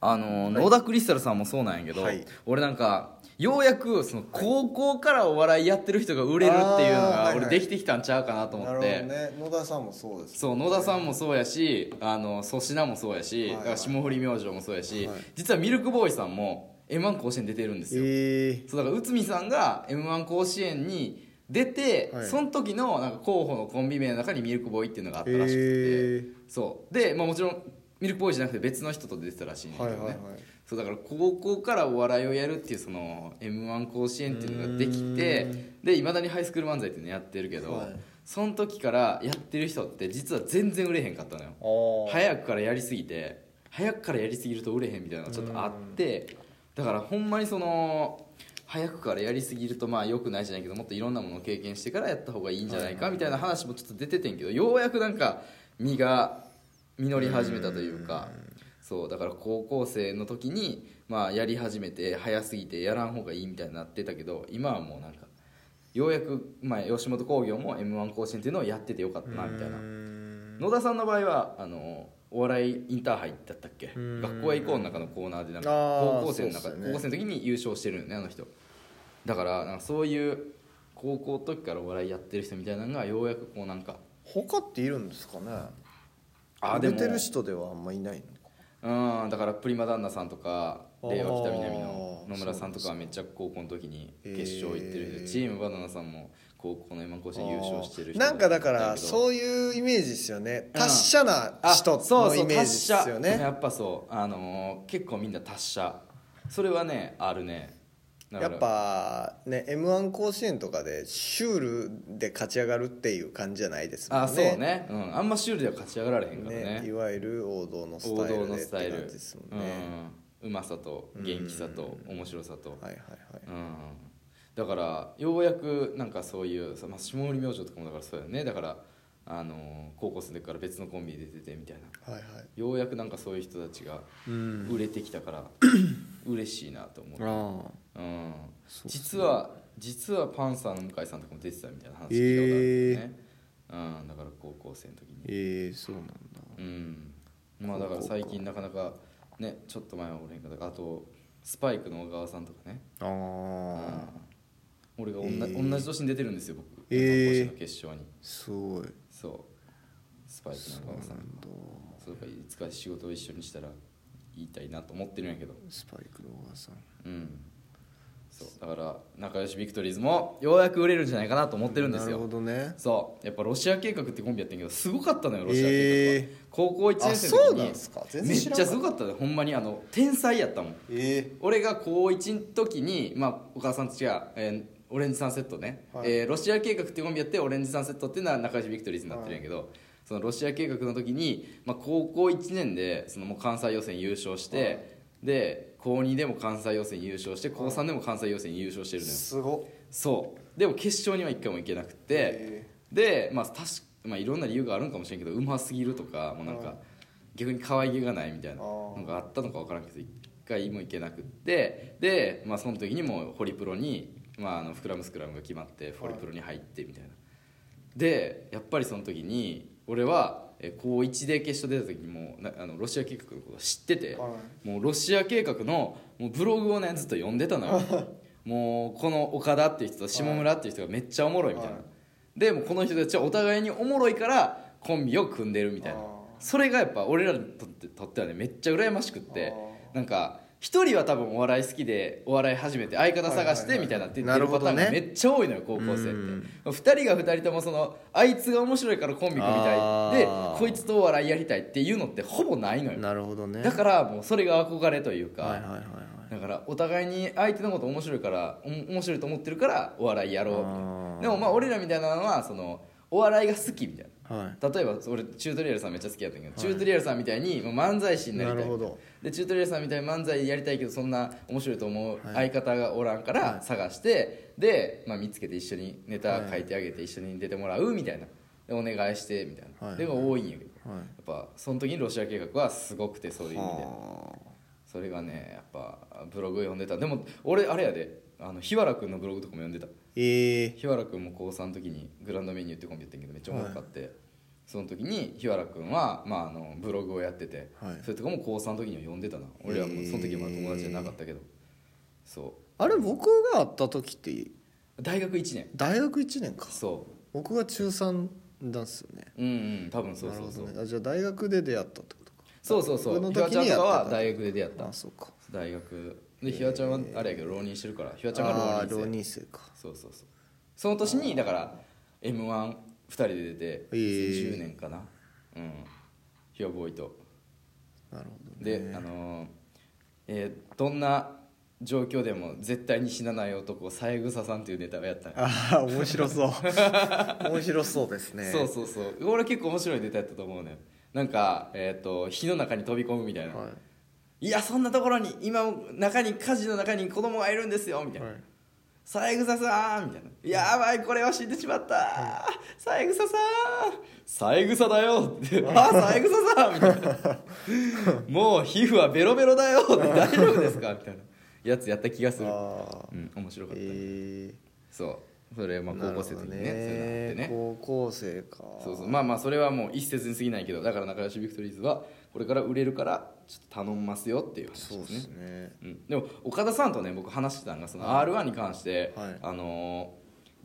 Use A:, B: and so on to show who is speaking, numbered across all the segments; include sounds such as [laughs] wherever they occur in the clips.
A: あの野田クリスタルさんもそうなんやけど、
B: はい
A: 俺なんかようやくその高校からお笑いやってる人が売れるっていうの
B: あーは
A: が
B: いはい
A: 俺できてきたんちゃうかなと思
B: なる
A: っ
B: ほど
A: て、
B: ね野田さんもそうです
A: そう野田さんもそうやしあの粗品もそうやし、
B: はいはい
A: だから霜降り明星もそうやし、
B: はい
A: 実はミルクボーイさんも m 1甲子園出てるんですよ、
B: え
A: そうだから内海さんが m 1甲子園に出て、
B: はい
A: その時のなんか候補のコンビ名の中にミルクボーイっていうのがあったらしくて、
B: え
A: そうで、まあ、もちろんミルクボーイじゃなくて別の人と出てたらしいんだけ
B: は
A: ど
B: い
A: ね、
B: はいはい
A: そうだから高校からお笑いをやるっていうその m 1甲子園っていうのができ
B: う
A: てでいまだにハイスクール漫才っていうのやってるけど、
B: はい
A: その時からやってる人って実は全然売れへんかったのよ
B: あー
A: 早くからやりすぎて早くからやりすぎると売れへんみたいなのがちょっとあってだからほんまにその早くからやりすぎるとまあ良くないじゃないけどもっといろんなものを経験してからやった方がいいんじゃないかみたいな話もちょっと出ててんけどようやくなんか実が実り始めたというかそうだから高校生の時にまあやり始めて早すぎてやらん方がいいみたいになってたけど今はもうなんかようやく、まあ、吉本興業も m 1更新っていうのをやっててよかったなみたいな
B: うーん
A: 野田さんの場合はあのお笑いインターハイだったっけ
B: うん
A: 学校へ行こうの中のコーナーでなんか
B: あー
A: 高校生の中
B: そうっすよね
A: 高校生の時に優勝してるよねあの人だからなんかそういう高校の時からお笑いやってる人みたいなのがようやくこうなんか
B: 他っているんですかね
A: あで
B: 出
A: も
B: てる人ではあんまいないのか
A: うんだからプリマ旦那さんとか令和北南の
B: あー
A: 野村さんとかはめっちゃ高校の時に
B: へー
A: 決勝行ってる人チームバナナさんも高校の M−1 甲子園優勝してる人
B: なんかだか
A: や
B: ら
A: けど
B: そういうイメージですよね
A: うん
B: 達者な
A: あ
B: 人
A: そう
B: の
A: そう
B: イメージですよ
A: 達者や
B: ね
A: っぱそうあのー結構みんな達者それはねあるねだか
B: や
A: ら
B: っぱね m 1甲子園とかでシュールで勝ち上がるっていう感じじゃないですもん
A: あ
B: ね
A: そうね、うん、あんまシュールでは勝ち上がられへんからね
B: ねいわゆる王道のス
A: 王
B: タイ
A: 道
B: ル
A: の
B: でっ
A: ス
B: て
A: タイ
B: 感
A: ル
B: じですもんね
A: うん、うまさと元気さと面白さと、
B: はいはいはい
A: うん、だからようやくなんかそういう、そうまあ、下降り明星とかもだからそうだよねだから、あのー高校生の時から別のコンビで出ててみたいな
B: はいはい
A: ようやくなんかそういう人たちが
B: うん
A: 売れてきた
B: [clears throat]
A: から、嬉しいなと思う
B: あ
A: うん
B: そうっすね
A: 実は実はパンサーの向井さんとかも出てたみたいな話聞いたことあるんだよね、うん、だから高校生の時に
B: ええそうなんだ
A: うんまあだから最近なかなかねちょっと前は俺があとスパイクの小川さんとかね、
B: あ
A: うん
B: あ
A: 俺がお
B: え
A: ん
B: ー
A: な同じ年に出てるんですよ僕
B: え
A: 甲
B: ー
A: 子園の決勝に
B: すごい
A: そうスパイク
B: そう
A: の小
B: なん
A: 川さん
B: だ
A: そうかいつか仕事を一緒にしたら言いたいなと思ってるんやけど
B: スパイクの小川さん
A: うんそうだから仲良しビクトリーズもようやく売れるんじゃないかなと思ってるんです
B: なる
A: よ
B: ほどね
A: そうやっぱロシア計画ってコンビやってんけどすごかったのよロシア計画は、
B: え
A: 高校1年生
B: あ
A: の
B: そう
A: 時
B: な
A: に
B: んすか全
A: め
B: 然
A: っ
B: 知らん
A: ちゃすごかったでほんまにあの天才やったもん
B: え
A: 俺が高1の時に、まあ、お母さんたちが、えーオレンジサンセットね、
B: はい
A: えーロシア計画っていうコンビやってオレンジサンセットっていうのは仲良しビクトリーズになってるんやけど、そのロシア計画の時に、まあ、高校1年でそのもう関西予選優勝して、
B: はい
A: で高2でも関西予選優勝して高3でも関西予選優勝してる
B: え
A: のよ
B: すごっ
A: そうでも決勝には一回も行けなくて、
B: へ
A: で、まあ、確かまあいろんな理由があるんかもしれんけどうますぎるとかもうなん
B: う
A: か
B: ん
A: 逆に可愛げがないみたいな
B: あー
A: のがあったのか分からんけど一回も行けなくってで、まあ、その時にもうホリプロに、まあ、あのフクラムスクラムが決まってホリプロに入ってみたいなでやっぱりその時に俺はえ高1で決勝出た時にもうなあのロシア計画のことを知ってて、
B: は
A: もうロシア計画のもうブログをねずっと読んでたの
B: [laughs]
A: よもうこの岡田っていう人と下村っていう人がめっちゃおもろいみたいな、
B: はい
A: でもうこの人たちはお互いにおもろいからコンビを組んでるみたいな
B: あー
A: それがやっぱ俺らにとってとってはねめっちゃ羨ましくってなんか一人は多分お笑い好きでお笑い始めて相方探して
B: はいはいはい
A: みたいなって言っ
B: な
A: て
B: る
A: るパ
B: ほ
A: ター
B: どね
A: ンがめっちゃ多いのよ高校生って
B: うん
A: 2人が2人ともそのあいつが面白いからコンビ組みたいで
B: あー
A: こいつとお笑いやりたいっていうのってほぼないのよ
B: なるほどね
A: だからもうそれが憧れというか、
B: はいはいはいはい
A: だからお互いに相手のこと面白いからお面白いと思ってるからお笑いやろうみたい
B: あ
A: な
B: ー
A: でもまあ俺らみたいなのはそのお笑いが好きみたいな
B: はい
A: 例えば俺チュートリアルさんめっちゃ好きやったんやけど、チュートリアルさんみたいにもう漫才師になりたい
B: なるほど
A: でチュートリアルさんみたいに漫才やりたいけどそんな面白いと思う
B: は
A: 相方がおらんから探して、で、まあ、見つけて一緒にネタ書いてあげて一緒に出てもらうみたいなでお願いしてみたいな、
B: はい
A: でも多いんやけど
B: はい
A: やっぱその時にロシア計画はすごくてそういう意味で
B: は
A: それがねやっぱブログ読んでたでも俺あれやであの日原君のブログとかも読んでた
B: あええ
A: 日原君も高3の時にグランドメニューってコンビやってんけどめっちゃおもろかって、その時に日原君は、まあ、あのブログをやってて、
B: はい
A: それとかも高3の時には読んでたな俺はもうその時はまだ友達じゃなかったけど、そ
B: あれ僕が会った時って
A: う大学1年
B: 大学1年か
A: そ
B: 僕が中3なんすよね
A: ううんうん多分そう
B: なる
A: そう
B: ほ
A: そう、
B: どねあじゃあ大学で出会ったってことか
A: そうそうそう
B: 僕の
A: ひわ
B: 時
A: ちゃん
B: に
A: と
B: やっ
A: か
B: てた
A: は大学で出会った
B: あそうか
A: 大学でひわちゃんはあれやけど浪人してるからひわちゃん
B: あ
A: が
B: あ
A: 浪
B: 浪
A: 人生
B: 人生か
A: そうそうそうその年にだから m 1 2人で出て
B: えー
A: 10年かなうんひわボーイと
B: なるほど
A: で、あのーえーどんな状況でも絶対に死なない男三枝さんっていうネタをやったんよ
B: ああ面白そう
A: [laughs]
B: 面白そうですね
A: そうそうそう俺結構面白いネタやったと思うねなんか、えー、と火の中に飛び込むみたいな、、
B: はい
A: やそんなところに今も中に火事の中に子供がいるんですよみた
B: い、
A: いな、
B: はい、
A: 三枝さんみたいな「やばいこれは死んでしまった三枝さん三枝だよ」って「あ三枝さん」みたい
B: [laughs]
A: な「もう皮膚はベロベロだよ」って「大丈夫ですか?」みたいなやつやった気がする
B: ああ
A: うん面白かった、
B: え
A: そうそれま
B: え
A: あ高校生の時にねそういうのあってね
B: 高校生か
A: そうそうまあまあそれはもう一説に過ぎないけどだから仲良しビクトリーズはこれから売れるからちょっと頼みますよっていう話
B: そうですね
A: うん、でも岡田さんとね僕話してたのがその r 1に関して、
B: はい
A: あの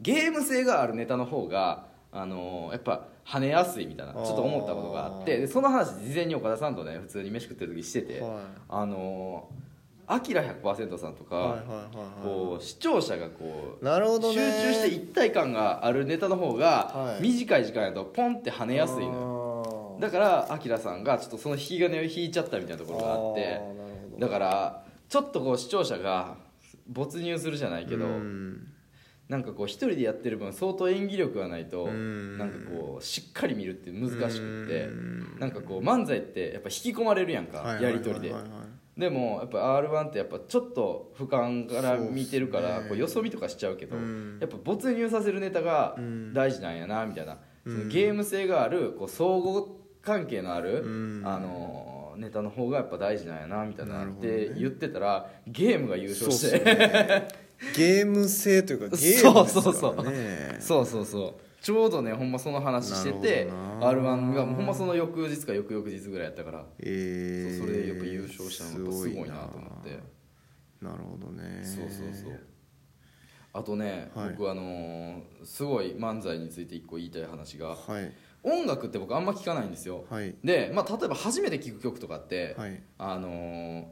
A: ーゲーム性があるネタの方が、あのーやっぱ跳ねやすいみたいなち
B: あ
A: ょ
B: ー
A: っと思ったことがあってでその話事前に岡田さんとね普通に飯食ってる時してて、
B: はい
A: あのーアキラ100%さんとか、
B: はいはいはいはい
A: こう視聴者がこう
B: なるほどね
A: 集中して一体感があるネタの方が
B: はい
A: 短い時間やとポンって跳ねやすいのよ
B: の
A: だからアキラさんがちょっとその引き金を引いちゃったみたいなところがあって
B: なるほど
A: だからちょっとこう視聴者が没入するじゃないけど、
B: うん
A: なんかこう一人でやってる分相当演技力がないと、
B: うん
A: なんかこうしっかり見るって難しくって、
B: うん
A: なんかこう漫才ってやっぱ引き込まれるやんか、
B: はいはい
A: や
B: はい
A: り取りで、
B: はいはい
A: でもやっぱ r 1ってやっぱちょっと俯瞰から見てるから
B: そうっすね
A: こうよそ見とかしちゃうけど、
B: うん
A: やっぱ没入させるネタが
B: うん
A: 大事なんやなみたいな、
B: うん
A: そのゲーム性があるこう相互関係のある、
B: うん
A: あのーネタの方がやっぱ大事なんやなみたいな
B: な
A: っ
B: るほどね
A: て言ってたら、ゲームが優
B: そう
A: 勝し
B: っす
A: て
B: よねゲーム性というかゲームですからね
A: そうそうそう [laughs] そうそうそうちょうどねほんまその話してて
B: な
A: r
B: るほどな
A: 1がほんまその翌日か翌々日ぐらいやったから、
B: えー
A: そうそれでやっぱ優勝したのやっぱすごいなと思って、
B: なるほどね
A: そうそうそうあとね、
B: はい
A: 僕あのーすごい漫才について一個言いたい話が
B: はい
A: 音楽って僕あんま聞かないんですよ、
B: はい
A: で、まあ、例えば初めて聞く曲とかって、
B: はい
A: あのー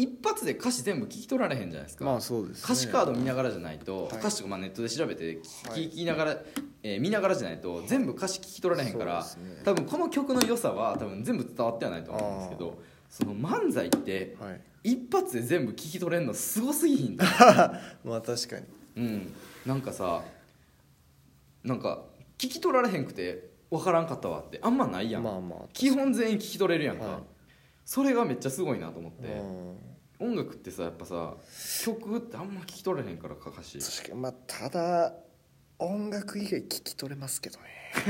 A: 一発で歌詞全部聞き取られへんじゃないですか、
B: まあそうですね
A: 歌詞カード見ながらじゃないと、
B: はい
A: 歌詞とかまあネットで調べて聞
B: はい
A: 聞きながら、えー見ながらじゃないと全部歌詞聞き取られへんから、
B: そうですね
A: 多分この曲の良さは多分全部伝わってはないと思うんですけどその漫才って
B: はい
A: 一発で全部聞き取れんのすごすぎひんだ
B: まあ確かに
A: うんなんかさなんか聞き取られへんくて分からんかったわってあんまないやん、
B: まあまあ
A: 基本全員聞き取れるやんか、
B: はい
A: それがめっちゃすごいなと思っ
B: う
A: て、
B: ん
A: 音楽ってさやっぱさ曲ってあんま聞き取れへんからか歌詞
B: 確かにまあただ音楽以外聞き取れま
A: [laughs]
B: すけどね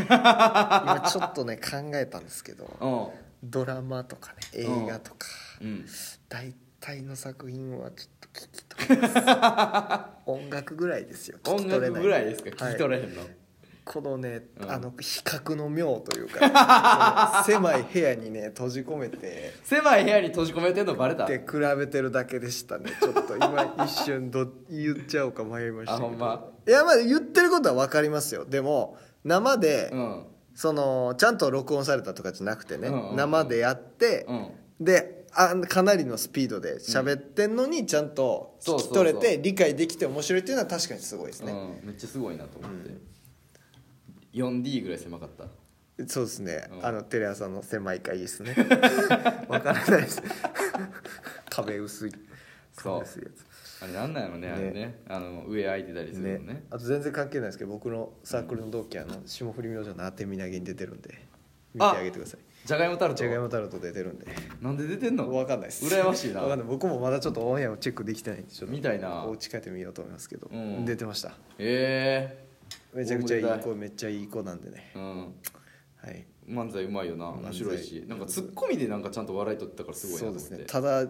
B: 今ちょっとね考えたんですけど
A: うん
B: ドラマとかね映画とか
A: うん
B: 大体の作品はちょっと聞き取れま
A: [laughs]
B: す音楽ぐらいですよ聞
A: 音
B: き取れ
A: 楽
B: ない
A: ぐらいですか
B: は
A: 聞き取れへんの、
B: このね、
A: うん
B: あの比較の妙と
A: [laughs]
B: いうかその狭い部屋にね閉じ込めて
A: 狭い部屋に閉じ込めてんのバレた
B: で比べてるだけでし
A: [laughs]
B: たねちょっと今一瞬ど言っちゃおうか迷いましたけど
A: あほんま
B: いやまあ言ってることは分かりますよでも生で、
A: うん
B: そのちゃんと録音されたとかじゃなくてね、
A: うんうんうん
B: 生でやって、
A: うん
B: であかなりのスピードで喋ってんのにちゃんと聞き取れ
A: そうそう
B: て理解できて面白いっていうのは確かにすごいですね、
A: うん、めっちゃすごいなと思って、4D ぐらい狭かった
B: そうですね、
A: うん
B: あのテレ朝の狭い階
A: [laughs]
B: ですねわからないです壁薄い
A: そう
B: 壁薄いや
A: あれなんなんやろねあれねあの上空いてたり
B: つ
A: する
B: ね
A: のね
B: あと全然関係ないですけど僕のサークルの同期あの霜降り明星の当てみなげに出てるんで見てあげてください
A: じゃがいもタルト
B: じゃがいもタルト出てるんで
A: なんで出てんの
B: わかんないです
A: 羨ましいな
B: わかんない僕もまだちょっとオンエアをチェックできてないんでちょっと
A: みたいな
B: お家帰ってみようと思いますけど、
A: うん
B: 出てました
A: え
B: めちゃくちゃいい
A: 大
B: 子めっちゃいい子なんでね
A: えうん
B: はい
A: 漫才うまいよな面白いしなんかツッコミでなんかちゃんと笑いとったからすごいなと
B: そう
A: 思
B: で
A: って
B: すねただ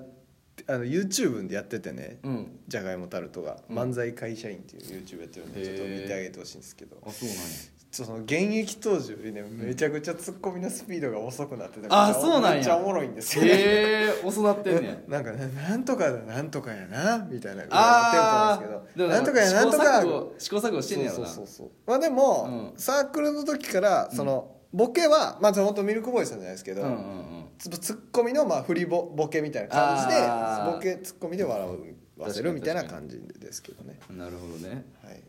B: あの YouTube でやっててね、
A: うん
B: じゃがいもタルトが「漫才会社員」っていう YouTube やってるんで
A: へー
B: ちょっと見てあげてほしいんですけど
A: あそうなんや
B: その現役当時よりねめちゃくちゃツッコミのスピードが遅くなってて
A: あそうなんや
B: めっちゃおもろいんですよね、
A: へえ教わってんね
B: [laughs]
A: ん
B: なんかね、なんとかだなんとかやなみたいなぐらい
A: あ
B: のテンポなんです
A: ーで
B: けど
A: も
B: なんとかやなんとか
A: 試行錯誤試行錯誤してんねやろ
B: そう
A: な
B: そうそうそうまあでも、
A: うん
B: サークルの時からその、ボケはまあ本当ミルクボーイさんじゃないですけど、
A: うんうんうん
B: つツッコミのまあ振りボボケみたいな感じで
A: あー
B: ボケツッコミで笑わせるみたいな
A: 確か
B: 感じですけどね
A: なるほどね
B: はい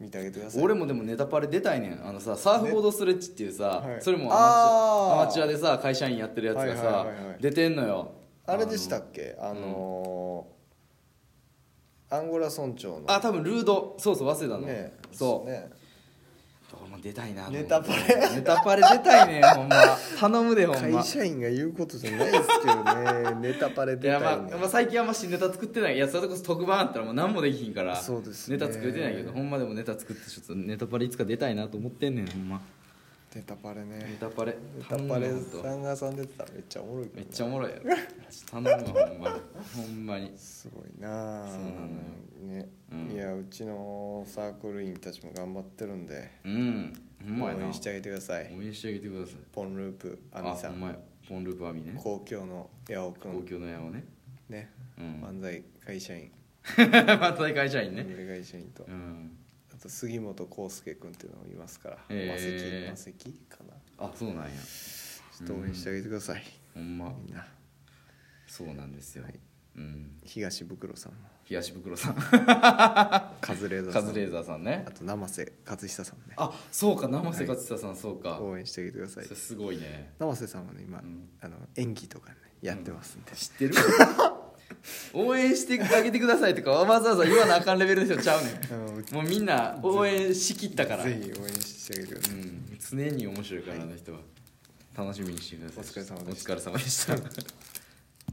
B: 見てあげてください
A: 俺もでもネタパレ出たいねんあのさサーフボードストレッチっていうさ、
B: ねはい
A: それもア
B: あー
A: マチュアアマチュアでさ会社員やってるやつがさ、
B: はいはいはいはい
A: 出てんのよ
B: あれでしたっけあのーアンゴラ村長の
A: あ多分ルードそうそう早稲田の、
B: ね
A: そう、
B: ね
A: 俺も出たいな
B: ネタパレ
A: ネタパレ出たいねんほんま頼むでほんま
B: 会社員が言うことじゃないですけ
A: [laughs]
B: どねネタパレ
A: い
B: 出た
A: や
B: い
A: まあ、
B: ね
A: まあ最近あんましネタ作ってないいやそれこそ特番あったらもう何もできひんから
B: そうですね
A: ネタ作れてないけどほんまでもネタ作ってちょっとネタパレいつか出たいなと思ってんねんほんま
B: ネタパレ
A: ネ
B: ね
A: タパレ
B: ネタパレ
A: 頼むわほんと
B: さんがさん出てたらめっちゃおもろいけど
A: め
B: な
A: っちゃおもろいよちょっと頼むわほんまにほんまに
B: すごいなあ
A: そうなの
B: ね、
A: うん
B: いやうちのサークル員たちも頑張ってるんで
A: うんほんま
B: 応
A: やな
B: 援してあげてください
A: 応援してあげてください
B: ポンループ
A: あ
B: アミさ
A: ほん
B: ん
A: まやポンループアミね
B: 公共の八尾
A: 公
B: 君
A: 共の矢をね
B: ね
A: うん
B: 漫才会社員
A: [laughs] また会社員ね
B: 漫才会社員と
A: うん
B: あと杉本康介君っていうのもいますからマ
A: へえ
B: セキマセキかな
A: あそうなんや
B: ちょっと応援してあげてください、
A: ほんま
B: みんな
A: そうなんですよ、うん
B: 東袋さんも
A: 東袋さん
B: カズレーザーさ
A: [laughs] カ
B: ん
A: ズレーザーさんね
B: あと生瀬勝久さんね
A: あそうか生瀬勝久さん、そうか
B: 応援してあげてください
A: それすごいね
B: 生瀬さんはね今、
A: ん
B: あの演技とかねやってますんで、
A: 知ってる [laughs] 応援してあげてくださいとかわざわざ言わなあかんレベルの人ちゃうね
B: あの
A: んもうみんな応援しきったから、う
B: ぜ
A: ん、
B: ひ応援してあげてください、
A: 常に面白いからあの人は楽しみにしてください
B: お疲れ様でした
A: お疲れ様でした